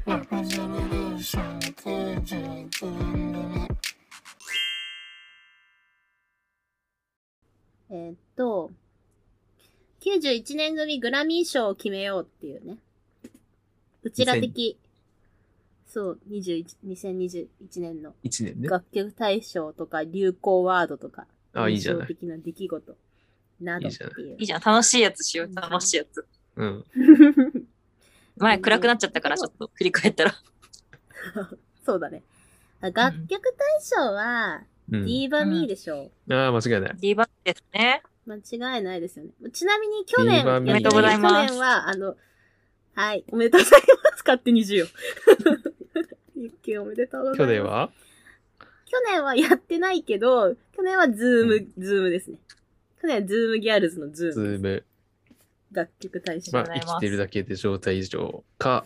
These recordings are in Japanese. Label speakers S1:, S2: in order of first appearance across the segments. S1: ージェネレーション91年組目
S2: えーっと、91年組グラミー賞を決めようっていうね。うちら的、そう、21 2021年の
S3: 1年ね。
S2: 楽曲大賞とか流行ワードとか、
S3: あ、いいじゃ
S2: 象
S3: ない。
S2: 的な出来事などっていう。
S4: いいじゃん、楽しいやつしよ
S2: う
S4: う、
S2: ん
S4: 楽しいやつ。
S3: うん。
S4: 前暗くなっちゃったから、ちょっと振り返 ったら。
S2: そうだね。あ楽曲大賞は、
S3: う
S2: デ
S3: ん、
S2: ィーバミーでしょ
S3: ああ、間違いない。
S4: ディーバーですね。
S2: う。間違いないですよね。ちなみに去年、
S3: ディーバミー
S4: おめでとうございま
S2: 去
S4: す
S2: 年は、あの、はい、おめでとうございます。勝手に10よ。一級おめでとうございます。
S3: 去年は
S2: 去年はやってないけど、去年はズーム、ズームですね。去年はズームギャルズのズーム。
S3: ズーム。
S2: 楽曲大賞。
S3: まあ、
S4: ありがとうござい
S3: 生き
S4: ます
S3: てるだけで状態異常か、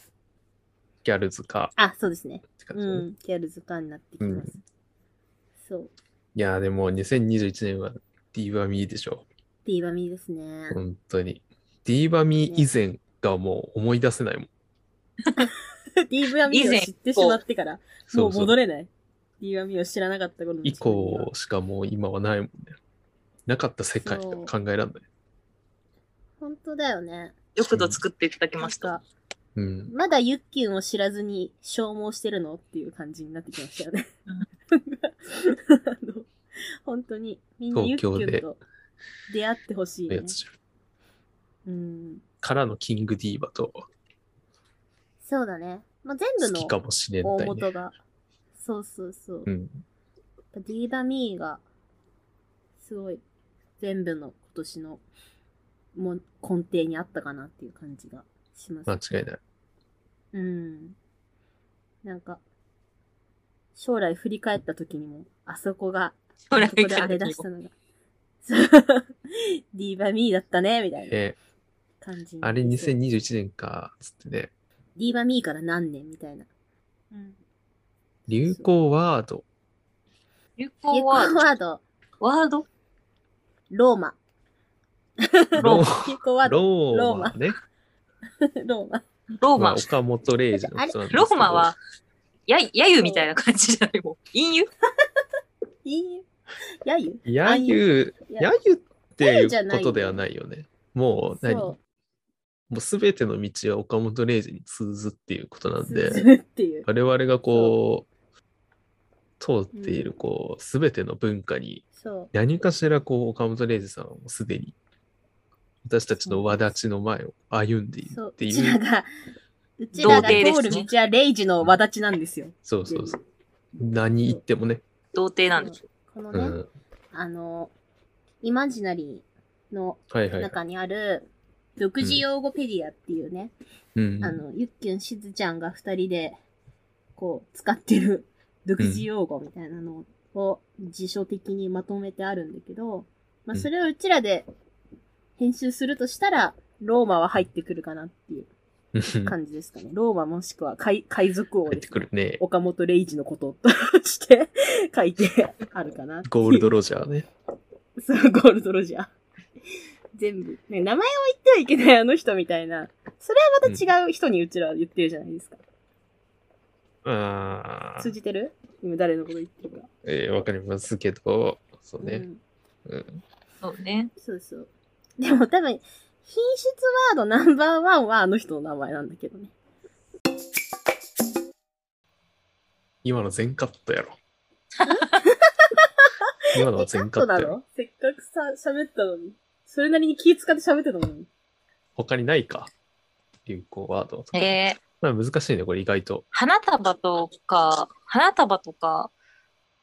S3: ギャルズか
S2: あ、そうですね。
S3: って感じだね、
S2: うん。ギャルズ感になってきます。そう。
S3: いやー、でも2021年はディーバミーでしょ。
S2: ディーバミーですね。
S3: 本当に。ディーバミー以前がもう思い出せないもん。
S2: ディーバミーを知ってしまってから、も
S3: そううそう
S2: 戻れない。ディーバミーを知らなかった頃の
S3: 以
S2: 自分には
S3: 降しかもう今はないもんね。なかった世界とか考えらんない。
S2: 本当だよね。
S4: よくぞ作っていただき
S2: な
S4: ま
S2: ん
S4: した
S2: か。、
S3: うん。
S2: まだユッキュンを知らずに消耗してるのっていう感じになってきましたよね。 あの本当に、みんなユッキ
S3: 東京
S2: ュン
S3: で
S2: と出会ってほしい、
S3: の
S2: ね
S3: や。つじゃん。
S2: うん。
S3: からのキングディーバと
S2: そうだね。まあ、全
S3: 好
S2: 部
S3: きか
S2: の
S3: もしれな
S2: 大
S3: いね。
S2: 元が。そうそうそう。
S3: う
S2: やっ
S3: ん。
S2: ぱディーバミーが、すごい、全部の今年のも根底にあったかなっていう感じがします。
S3: 間違いない。
S2: うん。なんか、将来振り返った時にも、あそこが、
S4: 将来
S2: あそこ
S4: 振り
S2: で
S4: 返
S2: あ
S4: っ
S2: れ
S4: た
S2: 出
S4: 時
S2: し
S4: に
S2: たのが、 そうディーバミーだったね、みたいな
S3: え
S2: 感じに
S3: ー
S2: な
S3: あ
S2: って
S3: れ
S2: そう。
S3: 2021年か、つってね。
S2: ディーバミーから何年みたいな。うん。
S3: 流行ワード。
S4: 流
S2: 結
S4: 行
S2: 構ワ
S4: ワード
S2: ード、
S4: ワード
S2: ローマ。
S3: ロ
S2: 結構ワード、
S3: ー
S2: ロ
S3: ロ
S2: ー
S3: ー
S2: マ
S3: マね。
S2: ローマ。
S4: ロー
S3: まあ、
S4: マ。
S3: 岡本零士のことなんですけど
S4: ローマは、や、やゆみたいな感じじゃないもう。 陰湯
S2: いいやゆ
S3: やゆ、
S2: や
S3: やゆって
S2: や
S3: い
S2: ゆじゃ
S3: う
S2: ない
S3: ことではないよね。もう何
S2: そ
S3: もうすべての道は岡本零士に通ずっていうことなん
S2: う。す
S3: で、
S2: るっていう。
S3: 我々がこう、通っているこう、すべての文化に、
S2: そう。
S3: 何かしらこう、岡本零士さんはもうすでに、私たちの輪立ちの前を歩んでい
S2: そ
S3: る
S2: う
S3: っ。て
S2: う
S3: い
S2: ちら
S3: う、
S2: が、うちらが
S4: 童
S2: 通
S4: 貞です
S2: る
S4: ね
S2: 道はレイジの輪立ちなんですよ。
S3: そうそうそう。何言ってもね。
S4: 童貞なんです。
S2: この
S3: う
S2: ね、
S3: ん。
S2: あの、イマジナリーの
S3: はいはい。
S2: 中にある、独自用語ペディアっていうね、
S3: うん
S2: あ。の、ゆっきゅんしずちゃんが二人で、こう、使ってる独自用語みたいなのを辞書的にまとめてあるんだけど、まあ、
S3: うん
S2: それをうちらで編集するとしたら、ローマは入ってくるかなっていう
S3: 入
S2: 感じですかね。ローマもしくは海海賊王
S3: っ
S2: で
S3: て
S2: す
S3: く
S2: ね、
S3: るね。
S2: 岡本レイジのこととして書いてあるかなっていう。
S3: ゴールドロジャー ね。
S2: そう、ゴールドロジャー。全部。ね、名前を言ってはいけないあの人みたいな。それはまた違う人にうちらは言ってるじゃないですか。
S3: ああ。
S2: 通じてる今誰のこと言ってるか。
S3: えー、わかりますけど、そう
S2: う
S3: ね。
S2: ん。
S3: うん。
S4: そうね。
S2: そうそう。でも多分、品質ワードナンバーワンはあの人の名前なんだけどね。
S3: 今の全カット やろ。今のは
S2: えカ
S3: 全
S2: ッ
S3: カ
S2: ト
S3: ット
S2: な
S3: やろ。
S2: のせっかくさ、喋ったのに。それなりに気使って喋ってたのに。
S3: 他にないか。流行ワードとか。
S4: えー、
S3: まあ難しいね、これ意外と。
S4: 花束とか、花束とか、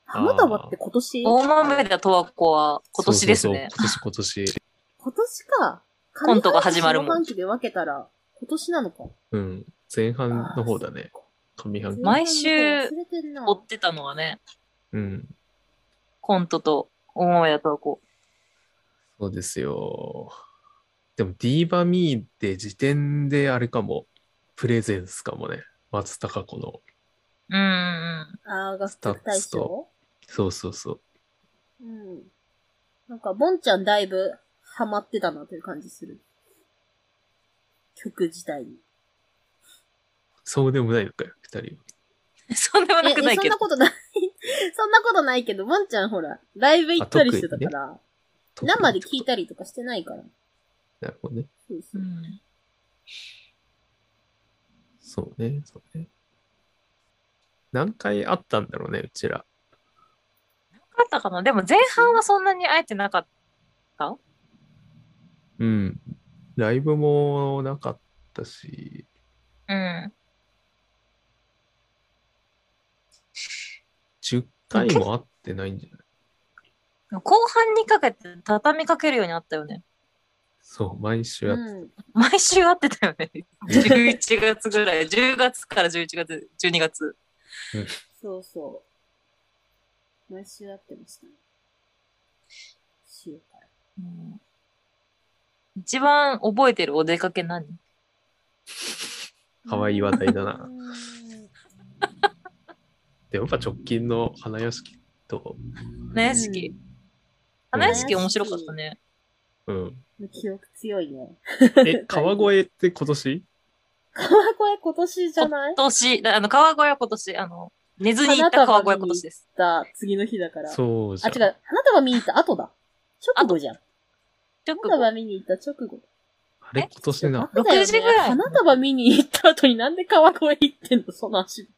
S2: 花束って今年
S4: 大豆田十和子は今年ですね。
S3: そうそうそう今年、今年。
S2: 今年か。
S4: コントが始まるもん
S2: 上半期下半期で分けたら、今年なのか。
S3: うん。前半の方だね。上半期。
S4: 毎週
S2: 忘れてんな
S4: 追ってたのはね、
S3: うん。
S4: コントと大豆田十和子。
S3: そうですよ。でも、ディーバミーって時点であれかも。プレゼンスかもね。松たか子の。
S4: うんうんうん。
S2: あー、楽曲大
S3: ス
S2: 賞
S3: タッツとそうそうそう。
S2: うん。なんか、ボンちゃんだいぶハマってたなという感じする。曲自体に。
S3: そうでもないのかよ。二人は。
S4: そんでも
S2: え、
S4: な
S2: えそ
S4: く
S2: んな
S4: ないけど。
S2: ことない。 そんなことないけど、ボンちゃんほら、ライブ行ったりしてたから、
S3: 特に
S2: 生で聞いたりとかしてないから。
S3: なるほどね。
S2: そうそううん
S3: そうね、そうね。何回あったんだろうね、うちら。
S4: あったかなでも前半はそんなに会えてなかっ
S3: うん。ライブもなかったし、
S4: た。うん。
S3: 10回も会ってないんじゃない
S4: 後半にかけて畳みかけるようになったよね。
S3: そう、毎週やっ
S2: うん。
S4: 毎週会ってたよね。11月ぐらい。10月から11月、12月。
S2: そうそう。毎週やってましたね。週から。
S4: うん一番覚えてるお出かけ何
S3: 可愛い話題だな
S2: う。ん
S3: でもやっぱ直近の花屋敷と、
S4: 花屋敷。花屋敷面白かったね。
S3: うん。
S2: 記憶強いね。
S3: え、川越って今年
S2: 川越今年じゃない
S4: 今年、だあの、川越は今年、あの、寝ずに行った川越は今年です。
S2: だ次の日だから。
S3: そうじ
S2: あ、
S3: ゃ
S2: 違
S3: ん。
S2: う。花束見に行った後だ。直後じゃん。
S4: 直
S2: 花束見に行った直後。
S3: あれ今年な。
S2: バカだよね
S4: 6時ぐらい
S2: 花束見に行った後になんで川越行ってんのその足。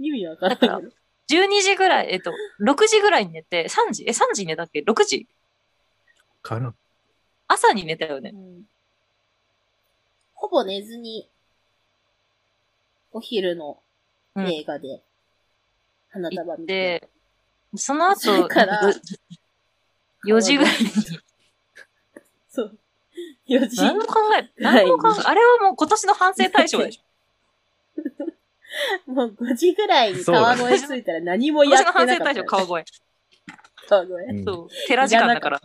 S2: 意味わかん
S4: だか
S2: な
S4: ら
S2: いけど。
S4: 12時ぐらい、えっと、6時ぐらいに寝て、3時え、3時に寝たっけ ?6 時
S3: からん。
S4: 朝に寝たよね。
S2: うんほぼ寝ずに、お昼の
S4: うん
S2: 映画で、花束見て。
S4: で、その
S2: それ
S4: 後、
S2: から
S4: なんかど4時ぐらいに、
S2: そう。4時。
S4: 何も考え、 何も考え、あれはもう今年の反省対象でしょ。
S2: もう5時ぐらいに川越着いたら何も
S4: 今
S2: やっ
S4: 年
S2: て
S4: の
S2: なかった
S4: 反省
S2: よ。
S4: 対象、川越。
S2: 川越。
S3: うん
S4: そう、寺時間だから。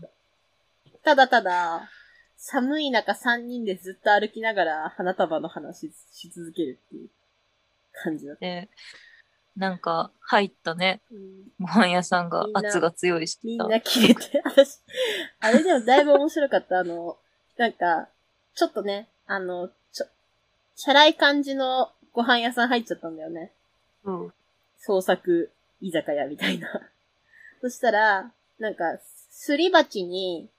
S2: ただただ、寒い中3人でずっと歩きながら花束の話し続けるっていう感じだった。
S4: で、なんか、入ったね、ご飯屋さんが
S2: みんな
S4: 圧が強いし
S2: みん
S4: さ
S2: な消えて、私、あれでもだいぶ面白かった。あの、なんか、ちょっとね、あの、ちょ、チャラい感じのご飯屋さん入っちゃったんだよね。
S4: うん
S2: 創作居酒屋みたいな。 そしたら、なんか、すり鉢に、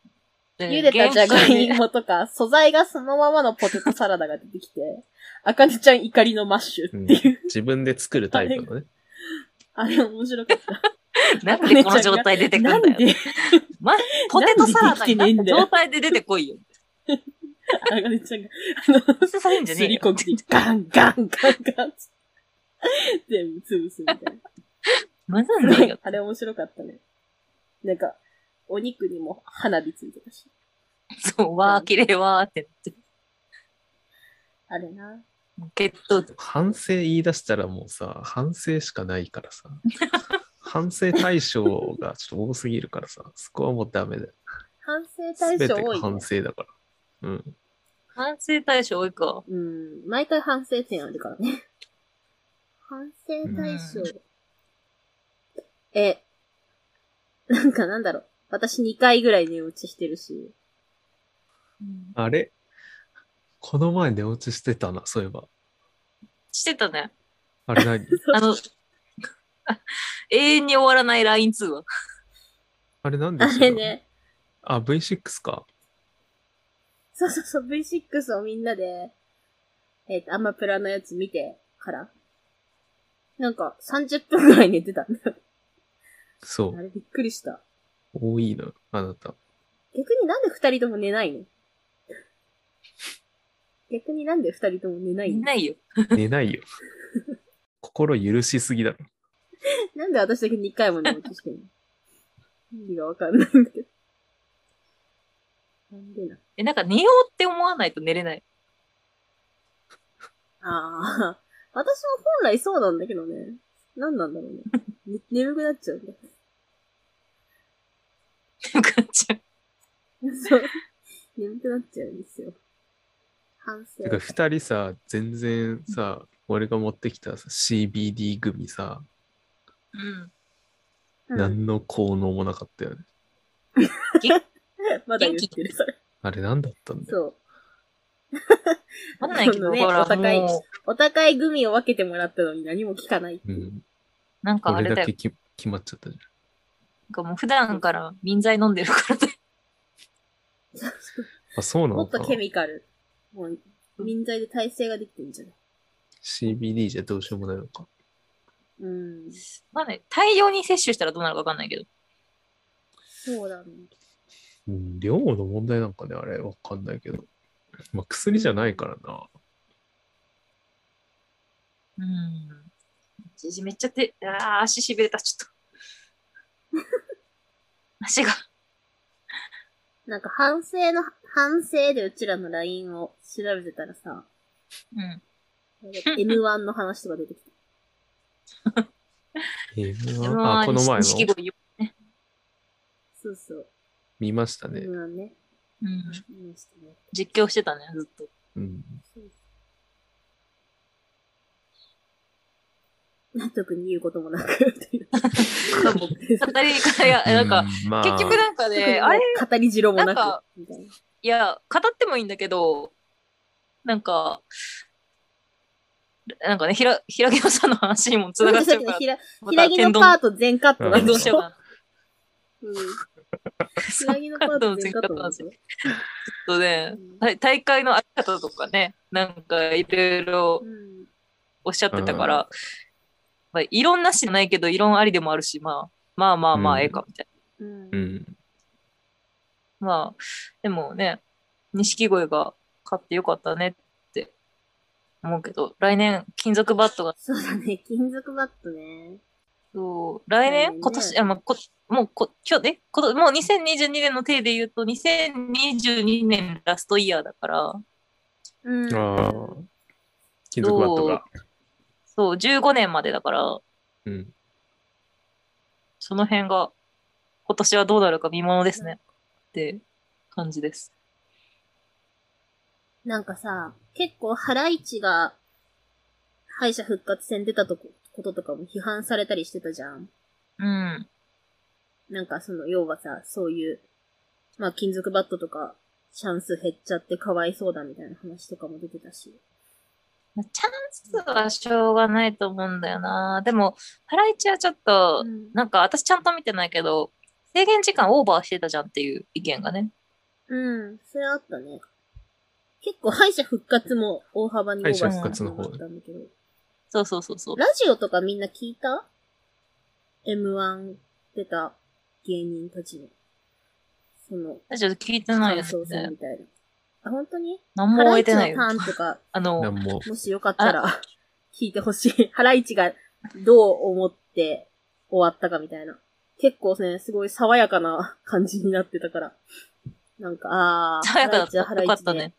S4: で
S2: 茹でたじゃがいもとか、素材がそのままのポテトサラダが出てきて、 あかねちゃん怒りのマッシュ
S3: うん
S2: っていう、
S3: 自分で作るタイプのね。
S2: あれ面白かった。
S4: なんでこの状態出てく
S2: なんん
S4: だよ。
S2: で、
S4: ま、ポテトサラダになった状態で出てこいよ。
S2: あかねちゃんが、あの、
S4: 捨てされんじゃね
S2: す
S4: え
S2: り
S4: よ
S2: こ。 ぎでガンガンガンガンつって全部潰すみたい
S4: まだ
S2: な
S4: ねえ よ。
S2: あれ面白かったね。なんか、お肉にも花火ついてたし。
S4: そう、わー、綺麗わーってなって。
S2: あれな。
S4: もう血糖値
S3: 反省言い出したらもうさ、反省しかないから さ。反省対象がちょっと多すぎるからさ、そこはもうダメだよ。
S2: 反省
S3: す
S2: 対
S3: べて
S2: 象
S3: が
S2: 多い、ね
S3: 反。省だから。うん。
S4: 反省対象多いか。
S2: うん。毎回反省点あるからね。反省対象。
S4: う
S2: え、なんかなんだろう。私2回ぐらい寝落ちしてるし。
S3: あれこの前寝落ちしてたな、そういえば。
S4: してたね。
S3: あ れ何
S4: あの、 永遠に終わらない LINE 通話。
S3: あれ何で
S2: あ
S3: した
S2: れね。
S3: あ、V6 か。
S2: そうそうそう、V6 をみんなで、えっ、と、アマプラのやつ見てから。なんか30分ぐらい寝てたんだよ。
S3: そ
S2: あ
S3: う。
S2: れびっくりした。
S3: 多いの、あなた。
S2: 逆になんで2人とも寝ないの逆になんで2人とも寝ない
S4: い
S2: の
S4: ないよ。
S3: 寝な いよ。心許しすぎだろ。
S2: なんで私だけ2回も寝落ちしてんの意味がわかんないんだけど。なんでな。
S4: え、なんか寝ようって思わないと寝れない。
S2: ああ。私も本来そうなんだけどね。なんなんだろうね。 ね眠くなっちゃうんだ。
S4: なんかちょ
S2: そう。眠くなっちゃうんですよ。反省
S3: て。か、二人さ、全然さ、俺が持ってきたさ CBD 組さ、
S4: うん。
S2: うん、
S3: 何の効能もなかったよね。
S2: まだ言ってる、それ。
S3: あれ何だったんだよ。
S2: そう。
S4: わかんないけど、
S2: ね
S4: ほら、
S2: お互い
S4: もう、
S2: お互いグミを分けてもらったのに何も聞かない。
S3: うん。
S4: なんか
S3: こ
S4: あ
S3: れ
S4: れ
S3: だ
S4: だよ。
S3: けき決まっちゃったじ
S4: なんかもう普段から民剤飲んでるから だよ。
S3: ゃん。あ、そうな
S2: も
S3: の
S2: っ
S3: か
S2: と
S3: な
S2: ケミカル。もう、民剤で耐性ができてるんじゃない
S3: ?CBD じゃどうしようもないのか。
S2: うん。
S4: まあね、大量に摂取したらどうなるかわかんないけど。
S2: そうだね。
S3: うん、量の問題なんかね、あれ、わかんないけど。まあ、薬じゃないからな。
S4: うん。じじめっちゃ手、あー足しびれた、ちょっと。 足が。
S2: なんか反省の、反省でうちらの LINE を調べてたらさ、
S4: うん。
S2: M1 の話とか出てきた。
S3: M1 あ、この前の
S4: 錦鯉よ
S2: そうそう。
S3: 見ましたね。
S2: M1 ね。
S4: うん。
S2: 見ましたね。
S4: 実況してたね、ずっと。
S3: うん。
S2: そう特に言うこともなく。という語り
S4: 語り方や、なんか、
S3: うん、まあ、
S4: 結局なんかね、あれ、
S2: 語りろも
S4: な
S2: なん
S4: か
S2: く。みたいない
S4: や、語ってもいいんだけど、なんか、なんかね、ひら、ひらげのさんの話にもつながっち
S2: さ
S4: ゃ
S2: っ
S4: う
S2: き
S4: か
S2: の
S4: ら
S2: ひ、ら、
S4: ま
S2: ひ
S4: た
S2: らぎ
S4: 天
S2: の
S4: 丼、
S2: パート全カットな
S4: 天
S2: んで
S4: 丼し
S2: し
S4: よう
S2: ょ
S4: かな。
S2: うんひ
S4: そ
S2: らぎのパート全カットなんでしょ
S4: うね、大大会のあり方とかね、なんかいろいろ
S2: うん
S4: おっしゃってたから、まあ、異論なしじゃないけど、異論ありでもあるし、まあ、まあまあま
S3: う
S4: あ、
S3: ん
S4: ええか、みたい
S2: うん
S3: う。ん。
S4: な。まあ、でもね、錦鯉が勝ってよかったねって思うけど、来年、金属バットが、
S2: そうだね。金属バットね。
S4: そう
S2: 来
S4: 来
S2: 年ね
S4: 年今年、あまあ、こもうこ、今日ね、こともう2022年の体で言うと、2022年ラストイヤーだから、
S2: うん。
S3: ああ。金属バットが。
S4: そう、15年までだから、
S3: うん。
S4: その辺が、今年はどうなるか見ものですね。って感じです。
S2: なんかさ、結構ハライチが敗者復活戦出たとここととかも批判されたりしてたじゃん。
S4: うん。
S2: なんかその、要はさ、そういう、まあ金属バットとか、チャンス減っちゃってかわいそうだみたいな話とかも出てたし。
S4: チャンスはしょうがないと思うんだよな。でも、ハライチはちょっと、
S2: ん。
S4: なんか私ちゃんと見てないけど、制限時間オーバーしてたじゃんっていう意見がね。
S2: うん。それあったね。結構敗者復活も大幅にオーバー
S4: 敗者復
S2: し
S3: 活
S2: て
S3: の方
S2: なかったんだけど。
S4: そうそうそうそう。
S2: ラジオとかみんな聞いた ?M1 出た芸人たちの。その、
S4: ラジオで聞いてないです
S2: 感想戦
S4: ね。
S2: みたいな。あ、本当に
S4: 何も
S2: ハラ
S4: 終え
S2: イチ
S4: て
S2: の
S4: な
S2: タ
S4: いよ。
S2: ーンとか、
S4: あ
S3: なん
S4: の、
S3: も。
S2: もしよかったら、聞いてほしい。 ハライチがどう思って終わったかみたいな。結構ね、すごい爽やかな感じになってたから。なんか、あー、
S4: 爽やかだ
S2: ハ
S4: っ
S2: ライチはハ
S4: た。
S2: ライ
S4: よかっ
S2: チ
S4: た
S2: で
S4: ね。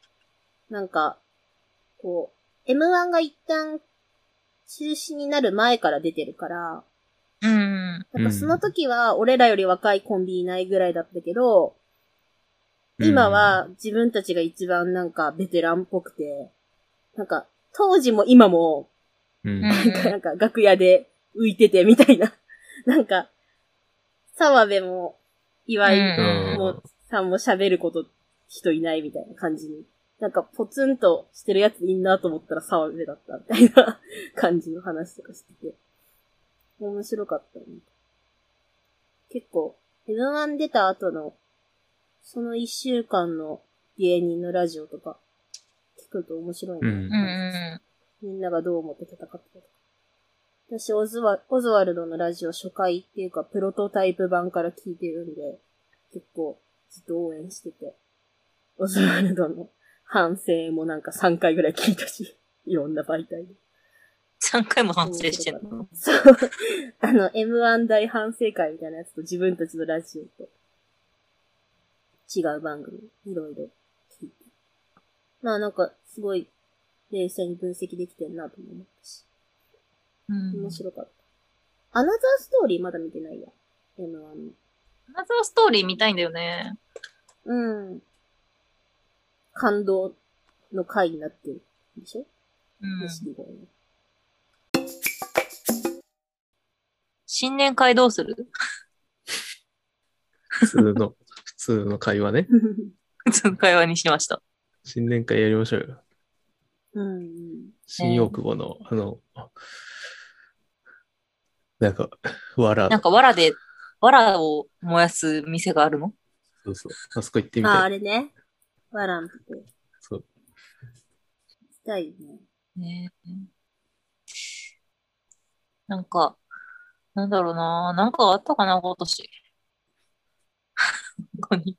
S2: なんか、こう、M1 が一旦中止になる前から出てるから、
S4: う
S2: な
S4: ん。
S2: んかその時は俺らより若いコンビいないぐらいだったけど、今は自分たちが一番なんかベテランっぽくて、なんか当時も今も
S3: うん、
S4: うん
S2: なんかなんか楽屋で浮いててみたいな。 なんか、澤部も岩井
S3: うん
S2: もさんも喋ること人いないみたいな感じに。なんかポツンとしてるやついんなと思ったら澤部だったみたいな感じの話とかしてて。面白かったね。結構、M1 出た後の、その一週間の芸人のラジオとか、聞くと面白いな、
S3: うん
S4: うんう
S2: みんながどう思って戦ってたか。私、オズワ、オズワルドのラジオ初回っていうか、プロトタイプ版から聞いてるんで、結構、ずっと応援してて。オズワルドの反省もなんか3回ぐらい聞いたし、 いろんな媒体で。
S4: ん。3回も反省してるの。
S2: そう。 あの、M1 大反省会みたいなやつと自分たちのラジオと、違う番組、いろいろ聞いて。まあなんか、すごい、冷静に分析できてんなとも思ったし。
S4: うん
S2: 面。白かった。アナザーストーリーまだ見てないや。M1 の。
S4: 謎のストーリー見たいんだよね。
S2: うん。感動の回になってるでしょ
S4: うん
S2: 錦鯉 の。
S4: 新年会どうする
S3: 普通の、普通の会話ね。
S4: 普通の会話にしました。
S3: 新年会やりましょうよ。
S2: うんうん。
S3: 新大久保の、あの、あなんか、わら、
S4: なんか、藁で、藁を燃やす店があるの
S3: そうそう、あそこ行ってみ
S2: あ、
S3: た
S2: あ
S3: い。
S2: れね。わらんとこ。
S3: そう
S2: 行きたいね。
S4: ねえなんか、なんだろうな、なんかあったかな、今年。 ここに。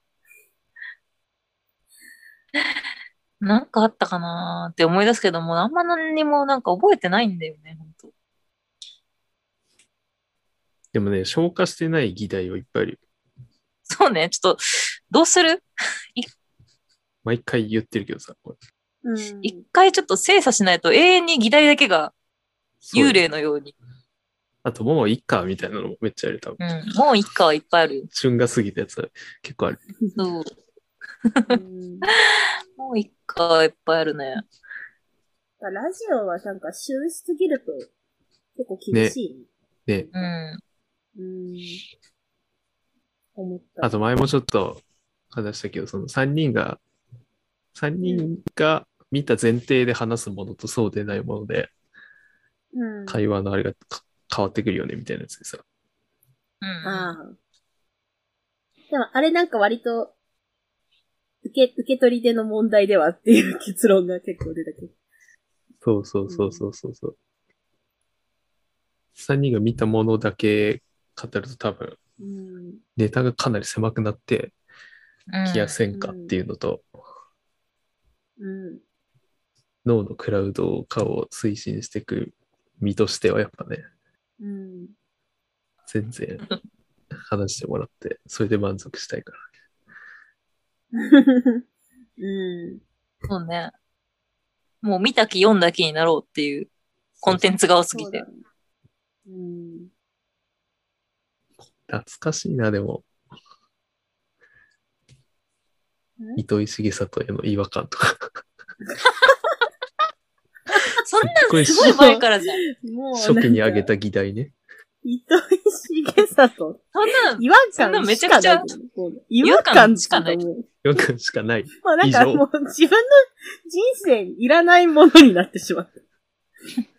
S4: なんかあったかなって思い出すけども、あんま何にもなんか覚えてないんだよね、本当。
S3: でもね、消化してない議題をいっぱいあるよ
S4: そうね、ちょっと、どうする
S3: 毎回言ってるけどさ、これ
S2: うん。
S4: 一回ちょっと精査しないと永遠に議題だけが
S3: そ
S4: 幽。
S3: うよ
S4: 霊のように。
S3: あと、もういっか、みたいなのもめっちゃある、多分。
S4: うん、もう一家はいっぱいあるよ。
S3: 旬が過ぎたやつは結構ある。
S4: そ
S2: う
S4: う。
S2: ん
S4: もう一家はいっぱいあるね。
S2: ラジオはなんか週しすぎると結構厳しいね。
S3: ね、
S4: うん。
S2: うん。思った。
S3: あと前もちょっと話したけど、その3人が、三人が見た前提で話すものとそうでないもので、
S2: うん。
S3: 会話のあれがか変わってくるよね、みたいなやつでさ。
S4: うん。
S2: ああ。でも、あれなんか割と、受け、受け取り手の問題ではっていう結論が結構出たけど。
S3: そうそうそうそうそうそう。3人が見たものだけ語ると多分、
S2: うん。
S3: ネタがかなり狭くなって
S4: うん
S3: きやせんかっていうのと、
S2: うん。
S3: 脳のクラウド化を推進していく身としてはやっぱね、
S2: うん。
S3: 全然話してもらって、それで満足したいから。
S2: うん。
S4: そうね。もう見たき読んだきになろうっていうコンテンツが多すぎて。
S2: そうだね。うん。
S3: 懐かしいな、でも。
S2: ん
S3: 糸井重里への違和感とか。
S4: そんな
S3: すごい
S4: すごい前からじゃん。
S2: もうなんか。
S3: 初期に挙げた議題ね。
S2: 糸井重里。
S4: そんなの
S2: 違和
S4: そんな
S2: 感
S4: めち
S2: し
S4: ゃく
S2: か
S4: ちゃ
S2: ないけどね。こう違和感しかない。
S4: 違和感しかない
S2: もう
S3: 違和感しかない。
S2: まあなんか
S3: 以上
S2: もう自分の人生にいらないものになってしまった。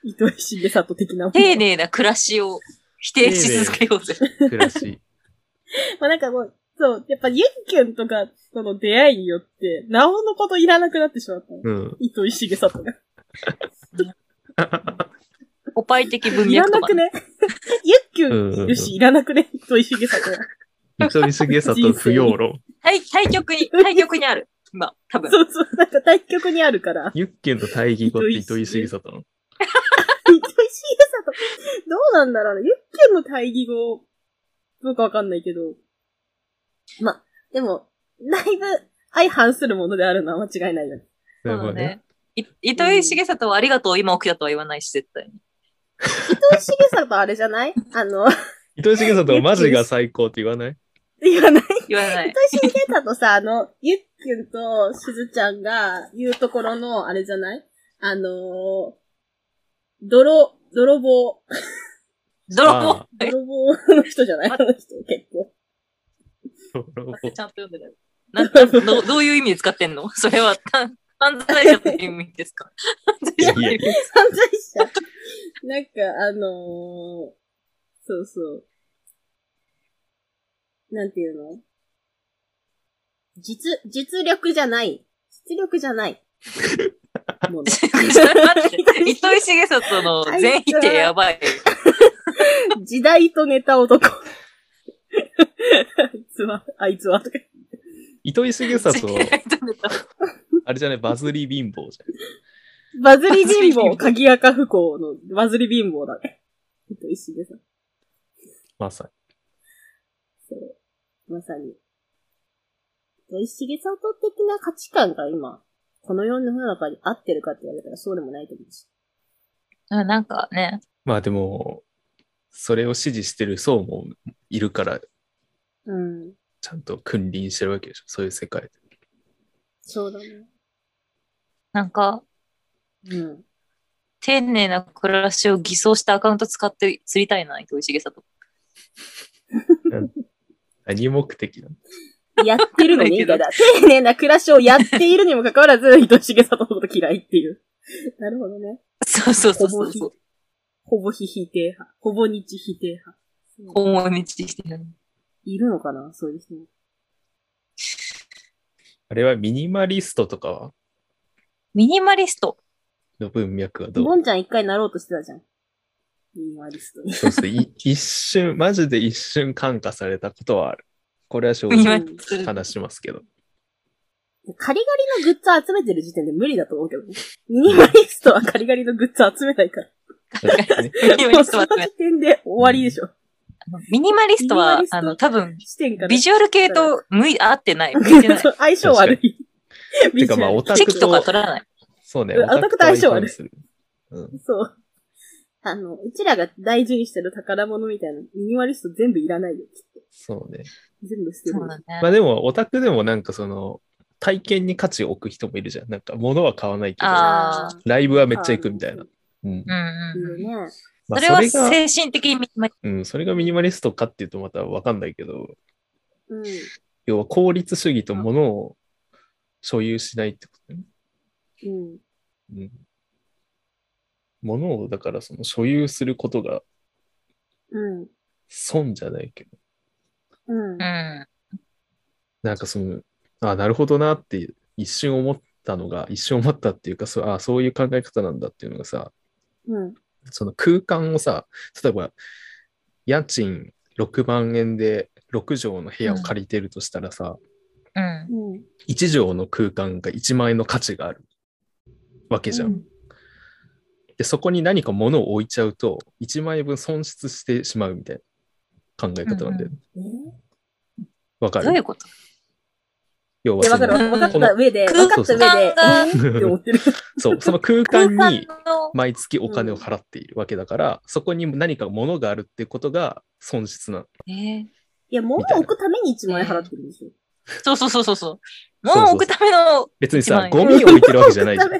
S2: 糸井重里的なもの。
S4: 丁寧な暮らしを否定し続けようぜ。
S3: 暮らし。
S2: まあなんかもう、そう、やっぱユッキュンとかとの出会いによって、なおのこといらなくなってしまったの。
S3: うん。
S2: 糸井重里が。
S4: ポパイ的文
S2: いら
S4: 脈と
S2: な
S4: か
S2: く
S4: ね。
S2: ねユッキ
S3: うん
S2: ュ
S3: うんう
S2: ン
S3: ん
S2: いるし、いらなくね糸井重里が。
S3: 糸井重里不要論。
S4: 対対局に、対局にある。今、多分。
S2: そうそう、なんか対局にある から。
S3: ユッケンと対義語って糸井重里なの。
S2: 糸井重里、どうなんだろうな。ユッキュンの対義語、どうかわかんないけど。ま、でも、だいぶ相反するものであるのは間違いないよね。
S3: なる
S4: そう
S3: ほ
S4: だ
S3: どね。
S4: ね。い糸井重里はありがとう、今起きたとは言わないし、絶対に。
S2: 糸井重里あれじゃないあの、
S3: 糸井重里はマジが最高って言わない
S2: 言わない
S4: 言わない。
S2: 糸井重里さ、あの、ゆっきゅんとしずちゃんが言うところの、あれじゃないあのー、泥、泥棒、
S4: 泥
S3: あ
S4: 棒。
S2: 泥棒の人じゃないあの人、結構。
S4: ちゃんと読んでない。なんなんどどういう意味で使ってんのそれは 犯犯罪者という意味ですか犯罪者という意味
S2: 犯罪者。なんか、あのー、そうそう。なんていうの実、実力じゃない。実力じゃない。もの
S4: ちょっと 待って糸井重里の全否定やばい。
S2: 時代とネタ男。あいつは、あいつは、とか。
S3: 糸井重 里、
S4: そ
S3: あれじゃない、バズり貧乏じ
S2: バズり貧乏、鍵垢不幸のバズり貧乏だね。えっと、石でさん。
S3: ゃん。まさに。
S2: そう。まさに。石毛さんと的な価値観が今、この世の中に合ってるかって言われたらそうでもないと思うし。
S4: うなんかね、
S3: まあでも、それを支持してる層もいるから、
S2: うん。
S3: ちゃんと君臨してるわけでしょ。そういう世界で。
S2: そうだね。
S4: なんか、
S2: うん。
S4: 丁寧な暮らしを偽装したアカウント使って釣りたいな、糸井重里。
S3: 何目的なの
S2: やってるのね、
S4: ない
S2: み
S4: け
S2: た
S4: ど
S2: いな。丁寧な暮らしをやっているにもかかわらず、糸重里のこと嫌いっていう。なるほどね。
S4: そうそうそ
S2: ほぼ
S4: うそう
S2: ひ
S4: そう。、
S2: ほぼ非否定派。ほぼ日否定派。そう
S4: 訪問日してる。
S2: いるのかなそういう人も。
S3: あれはミニマリストとか
S4: ミニマリスト。
S3: の文脈はど
S2: ボ
S3: う
S2: ンちゃん一回なろうとしてたじゃん。ミニマリストに。
S3: そうですね。い一瞬、マジで一瞬感化されたことはある。これは正
S4: ミニマ
S3: 直
S4: リスト。
S3: 話しますけど。
S2: カリガリのグッズ集めてる時点で無理だと思うけどね。ミニマリストはカリガリのグッズ集めないから。
S3: ね
S4: ミニマ
S2: もう
S4: リスト
S2: そ
S4: は
S2: の時点で終わりでしょ。
S4: ミニマリスト
S2: ミニマ
S4: は
S2: リス、ト
S4: あの、多分、
S2: 視点から。
S4: ビジュアル系と向い合ってない。向いて ない。
S2: 相性悪い。ビジ
S3: て
S2: ュ
S3: か
S2: アル
S3: まあ、オタ
S4: チ
S3: ク
S4: ェキとか取らない。
S3: そうね。
S2: うん
S3: オタクと
S2: オタクと相性悪い
S3: 相反する。うん。
S2: そう。あの、うちらが大事にしてる宝物みたいな、ミニマリスト全部いらないよ。
S3: そうね。
S2: 全部捨てる
S4: そ。うだ
S3: まあ
S4: ね。
S3: でも、オタクでもなんかその、体験に価値を置く人もいるじゃん。なんか、物は買わないけど、
S4: あー
S3: ライブはめっちゃ行くみたいな。うん。
S4: うん
S2: いる
S4: うんうん。
S2: ね。
S3: まあ
S4: それは
S3: が
S4: 精神的にミニマリ
S3: うん、それがミニマリストかっていうとまたわかんないけど、
S2: うん。
S3: 要は効率主義と物を所有しないってことね。
S2: うん。
S3: うん。物を、だからその所有することが
S2: うん。
S3: 損じゃないけど、
S2: うん。
S4: うん。
S3: なんかその、あなるほどなって一瞬思ったのが、一瞬思ったっていうか、そうあそういう考え方なんだっていうのがさ、
S2: うん。
S3: その空間をさ、例えば、家賃6万円で6畳の部屋を借りてるとしたらさ、
S4: うん。
S2: うん。
S3: 1畳の空間が1万円の価値があるわけじゃん。で、そこに何か物を置いちゃうと、1万円分損失してしまうみたいな考え方なんだよね。
S2: え
S3: わ、か
S4: どういう
S3: る
S4: こと
S3: 要
S2: いや、
S3: はそ
S2: わかる
S3: の、
S2: わ。かった上で、
S4: この
S2: わかった上で、え
S3: 空間が
S2: ーって思ってる。
S3: そう、その空
S4: 空
S3: 間
S4: 間
S3: に
S4: の、
S3: 毎月お金を払っているわけだから、そこに何か物があるってことが損失なの。
S4: えー
S2: いや、物を置くために1万円払ってるんでしょ。
S4: そうそうそうそうそう。
S3: そうそう
S4: 物を置くための、
S3: 別に
S4: 一
S3: さ
S4: 万、円
S3: ゴミを置いてるわけじゃないじゃん。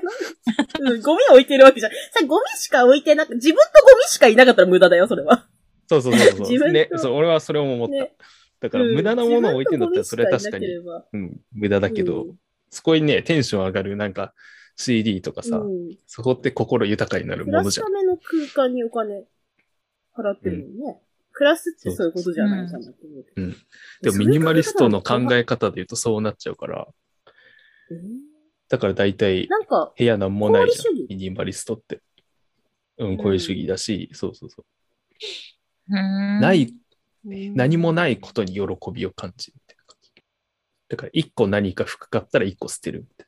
S2: うん、ゴミ置いてるわけじゃん。さ、ゴミしか置いてなく、自分とゴミしかいなかったら無駄だ よ、それは。
S3: そうそうそう
S2: 自
S3: そう。
S2: 分
S3: ね、
S2: と
S3: そう俺はそれも思った。
S2: ね
S3: だから、無駄なものを置いてるんだったら、それは確かに、
S2: 自分とゴミし
S3: うん、無駄だ
S2: いな
S3: け
S2: ければ
S3: ど、、そこにね、テンション上がる、なんか、CD とかさ、
S2: うん
S3: そこって心豊かになる
S2: 暮
S3: も
S2: ら
S3: のじ
S2: す
S3: ゃ
S2: た。
S3: ん
S2: めの空間にお金払ってるのね。暮らすってそういうことじゃないかなって思うけど
S3: うんでも、ミニマリストの考え方で言うとそうなっちゃうから、
S2: えー
S3: だから大体、
S2: なんか、
S3: 部屋なんもないじゃ
S2: 功
S3: ん
S2: 利主、義
S3: ミニマリストって。うん、こういう主義だし、そうそうそう。な、
S4: ない
S3: 何も
S2: い。
S3: ないことに喜びを感じるみたいな感じ。だから、一個何か服買ったら一個捨てるみたいな。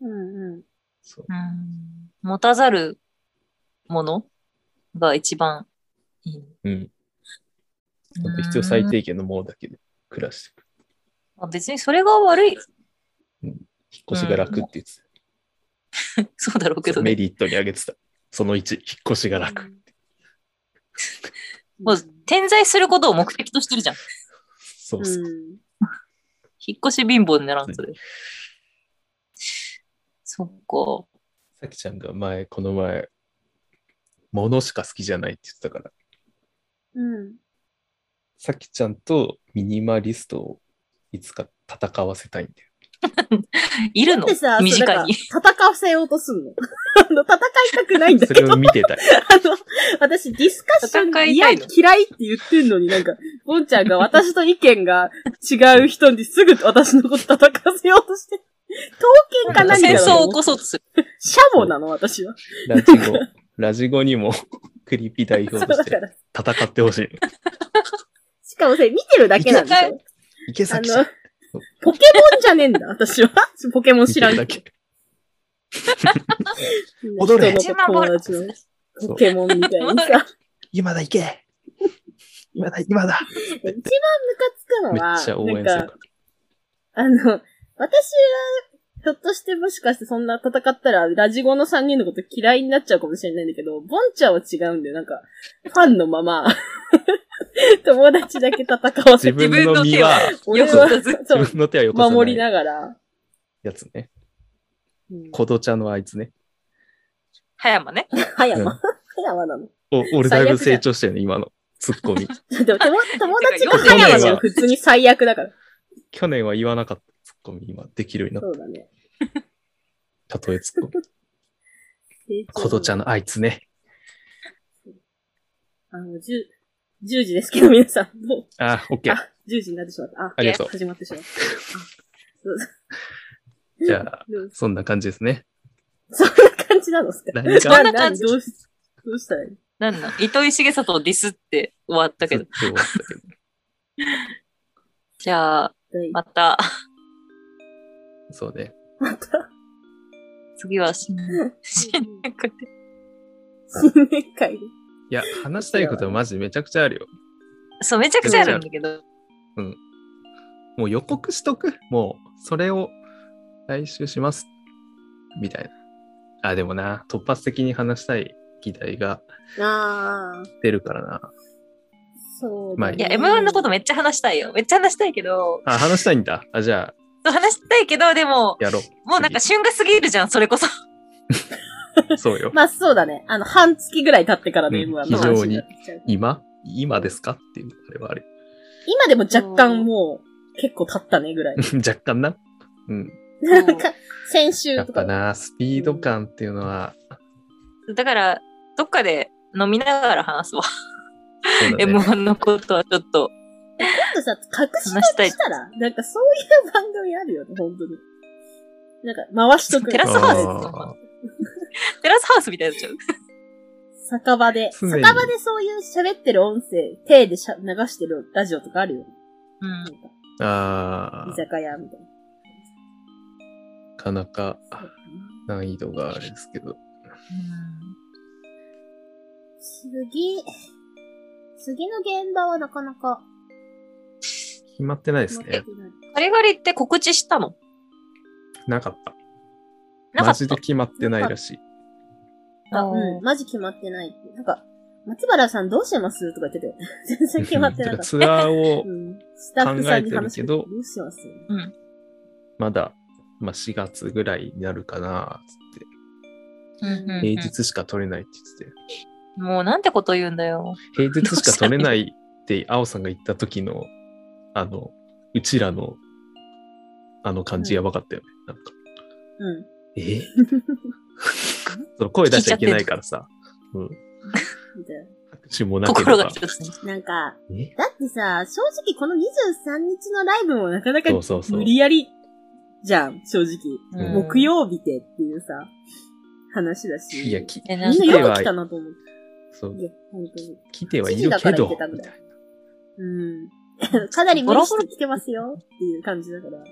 S2: うんうん。
S3: そう。
S4: うん持たざるものが一番いい。
S3: うん。ほんと必要最低限のものだけで暮らしてく
S4: うん。別にそれが悪い。
S3: 引っ越しが楽って言ってた
S4: そうだろうけど
S3: メ
S4: ね。
S3: リットに挙げてた。その1、引っ越しが楽。
S4: もう点在することを目的としてるじゃん。
S3: そううそう。
S2: ん。
S4: 引っ越し貧乏にならんそれ。そっか。
S3: さきちゃんが前、この前、物しか好きじゃないって言ってたから、
S2: うん。
S3: さきちゃんとミニマリストをいつか戦わせたいんだよ。
S4: いるの
S2: でさ、
S4: 身
S2: そうだか
S4: 近
S2: ら
S4: に。
S2: 戦わせようとすんの。 あの、戦いたくないんだ
S3: そ
S2: けど
S3: れ。を見てたい。
S2: あの、私ディスカッションが
S4: 戦い
S2: 嫌
S4: た
S2: い
S4: いの
S2: 嫌いって言ってんのになんか、ボンちゃんが私と意見が違う人にすぐ私のこと叩かせようとして、刀剣か何か
S4: 戦
S2: な
S4: 争を
S2: の
S4: 起こそうとする。
S2: シャモなの私は。
S3: ラジゴ、ラジゴにも クリピ代
S2: そ
S3: 表
S2: う
S3: と
S2: だ
S3: し
S2: か
S3: て
S2: ら。
S3: 戦ってほしい。
S2: しかもそれ見てるだけなんでしょ
S3: 池
S2: あ
S3: 崎さ
S2: の
S3: ん、、
S2: ポケモンじゃねえんだ、私は。ポケモン知らん
S3: 見てるだ
S2: けど。
S3: け。
S2: 人
S3: 踊れ
S2: の友達のポケモンみたいにさ。
S3: 今だ、行け今だ、今だ
S2: 一番ムカ
S3: めっ
S2: つ
S3: ち
S2: く
S3: ゃ
S2: の
S3: 応
S2: は、な
S3: 援する
S2: ん
S3: か
S2: か、あの、私は、ひょっとしてもしかしてそんな戦ったら、ラジゴの3人のこと嫌いになっちゃうかもしれないんだけど、ボンちゃんは違うんだよ。なんか、ファンのま ま、友達だけ戦わ
S3: ら。自
S2: せて、
S3: 分の身は、
S2: 俺
S4: よ
S2: は
S4: く、立
S2: そ
S3: 自
S2: う、
S3: 分の手はよこさ
S2: 守り
S3: ない
S2: ながら。
S3: やつね。
S2: うん
S3: コドちゃんのあいつね。
S4: 葉山ね。
S2: 葉山。
S3: うん
S2: 葉山なの。
S3: お俺だいぶ成長してるね、今の。ツッコミ。
S2: でも友友達が葉
S4: てか
S3: 読
S2: 山
S3: んでる
S2: なの
S3: わ
S2: 普通に最悪だから。
S3: 去年は言わなかったツッコミ、今できるようになっ
S2: そうだね。
S3: た。たとえツッコミ。
S2: こ
S3: コドちゃんのあいつね。
S2: あの、10、10時ですけど、皆さん、も
S3: あ、オッ
S2: う、
S3: ケー。
S2: あ、10時になってしまった。あ、
S3: ありがとう
S2: 始まってしまった。
S3: じゃあ、
S2: でも
S3: そんな感じですね。
S2: そんな感じなのっすか
S3: 何
S4: そん
S3: が
S4: な感じ
S2: どうし、どうしたらいい
S4: なんだ糸井重里をディスって終わったけど。
S3: 終わったけど
S4: じゃあ、
S2: 第
S4: また、
S3: そうね。
S2: また、
S4: 次は新年、新年会で。
S2: 新年会で。
S3: いや、話したいことマジめちゃくちゃあるよ。
S4: そう、めちゃくちゃあるんだけど。
S3: もう予告しとく。もう、それを来週します。みたいな。あ、でもな、突発的に話したい議題が
S2: ああ、
S3: 出るからな。
S2: そう
S3: まあ
S2: だ
S3: い
S2: ね。
S3: い
S4: いや、M1 のことめっちゃ話したいよ。めっちゃ話したいけど、
S3: あ、話したいんだ。あ、じゃあ、
S4: 話したいけど、でも、
S3: やろう。
S4: もうなんか旬が過ぎるじゃん、それこそ。
S3: 次そうよ。
S2: まあそうだね。あの、半月ぐらい経ってからの
S3: うん
S2: M1 の話
S3: 非常に
S2: なっちゃう
S3: 今今ですかっていうあれはある。
S2: 今でも若干もう、結構経ったねぐらい。
S3: 若干な。うん。
S2: なんか、先週
S3: やっ
S2: とか
S3: ぱ。な、スピード感っていうの は、
S4: だから、どっかで飲みながら話すわ。
S3: そうだね。
S4: M1 のことはちょっと。
S2: ちょっとさ、隠し撮
S4: 話した
S2: り
S4: い
S2: したら、なんかそういう番組あるよね、本当に。なんか、回しとく。
S4: テラスハウスと
S3: あ
S4: か。テラスハウスみたいになっちゃう。
S2: 酒場で。
S3: 常
S2: 酒
S3: に
S2: 場でそういう喋ってる音声、手でしゃ流してるラジオとかあるよね。
S4: うん
S2: なん。か、
S3: ーあ
S2: 居酒屋みたいな。
S3: ー、なかなか難易度があれですけど。
S2: 次、次の現場はなかなか、
S3: 決まってないですね。
S4: ガリガリって告知したの
S3: なかった。
S4: な
S3: マ
S4: かった
S3: ジで決まってないらしい。
S2: あ、うん、マジ決まってないって。なんか、松原さんどうしてますとか言ってたよね。全然決まってなかった。
S3: ツアーを
S2: うん、スタッフさんに話して
S3: 考えてるけど
S2: うします
S4: うん。
S3: まだ、まあ、4月ぐらいになるかな、つって。
S4: うんうん
S3: 平日しか取れないって言って
S4: もうなんてこと言うんだよ。
S3: て。平日しか取れないって、青さんが言った時の、あの、うちらの、あの感じやばかったよね。なんか、
S2: うん。
S3: えその声出しちゃいけないからさ。うん。
S2: みたいな。
S3: 拍手もなけれ
S4: 心が
S3: ば。
S4: 一つに。
S2: なんか、
S3: え
S2: だってさ、正直この23日のライブもなかなか
S3: そうそうそう
S2: 無。理やりじゃん、正直。
S3: うん
S2: 木曜日でっていうさ、話だし。
S3: いや、き
S4: え、な
S2: み
S4: ん
S2: んな
S3: 来
S4: か
S3: て
S2: 夜
S3: は
S2: 来たなと思って。
S3: そう
S2: いや、本当に。
S3: 来ては
S2: 知
S3: い
S2: 事
S3: る
S2: だか
S3: け
S2: ら行
S3: ど、
S2: け
S3: みた
S2: た
S3: い
S2: ぐらい
S3: な。
S2: うん。 かなり無理して来てますよっていう感じだから。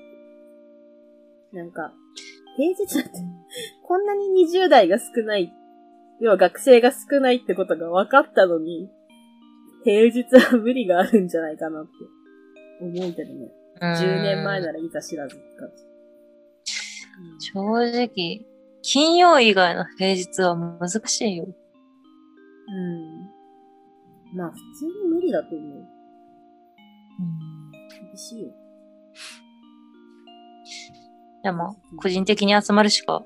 S2: なんか、平日だって、こんなに20代が少ない、要は学生が少ないってことが分かったのに、平日は無理があるんじゃないかなって思うけどね。10年前ならいざ知らずって感じ。
S4: 正直、金曜以外の平日は難しいよ。
S2: うん。まあ、普通に無理だと思う。厳しいよ。
S4: でも、個人的に集まるしか。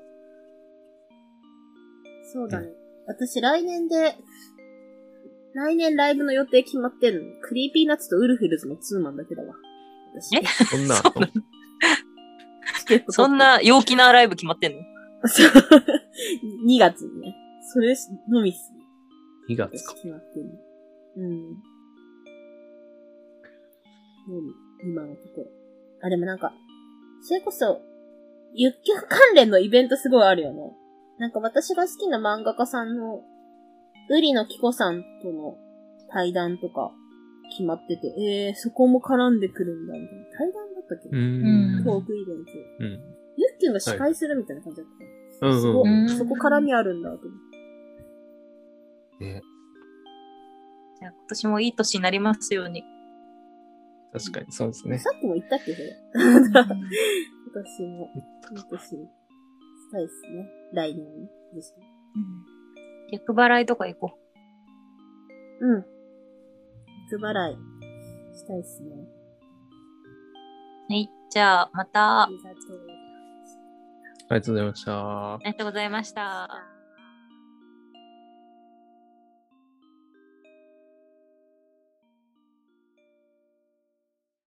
S2: そうだね。私来年で、来年ライブの予定決まってんの。クリーピーナッツとウルフルズのツーマンだけだわ。私
S4: え
S3: そんな、
S4: そうな
S2: チケット取って
S4: そん。な陽気なライブ決まってんの
S2: そう2月にね。それのみっす。
S3: 2月
S2: 私
S3: か。
S2: 決まってんの。うん。のみ、今のところ。あ、でもなんか、それこそ、ユッキャン関連のイベントすごいあるよね。なんか私が好きな漫画家さんの、ウリのキコさんとの対談とか決まってて、えー、そこも絡んでくるんだ、みたいな。対談だったっけ、
S3: う
S4: うん
S3: ん。
S2: トークイベント。
S3: うん。
S2: ユッキャンが司会するみたいな感じだった。
S3: うんうんうん。
S2: すごいそこ絡みあるんだ、と思って。
S3: ね
S4: じゃあ今年もいい年になりますよう に。
S3: 確かにそうですね。
S2: さっきも言ったっけそれ。今年も、今年、したいですね。来年ですね。
S4: 逆払いとか行こ
S2: うん。つ払い、したいですね。
S4: う。はい。じゃあ、また。
S2: あ
S4: あ
S2: りがとうございま
S3: ありがとうございました。
S4: りがとうございました
S2: し。た。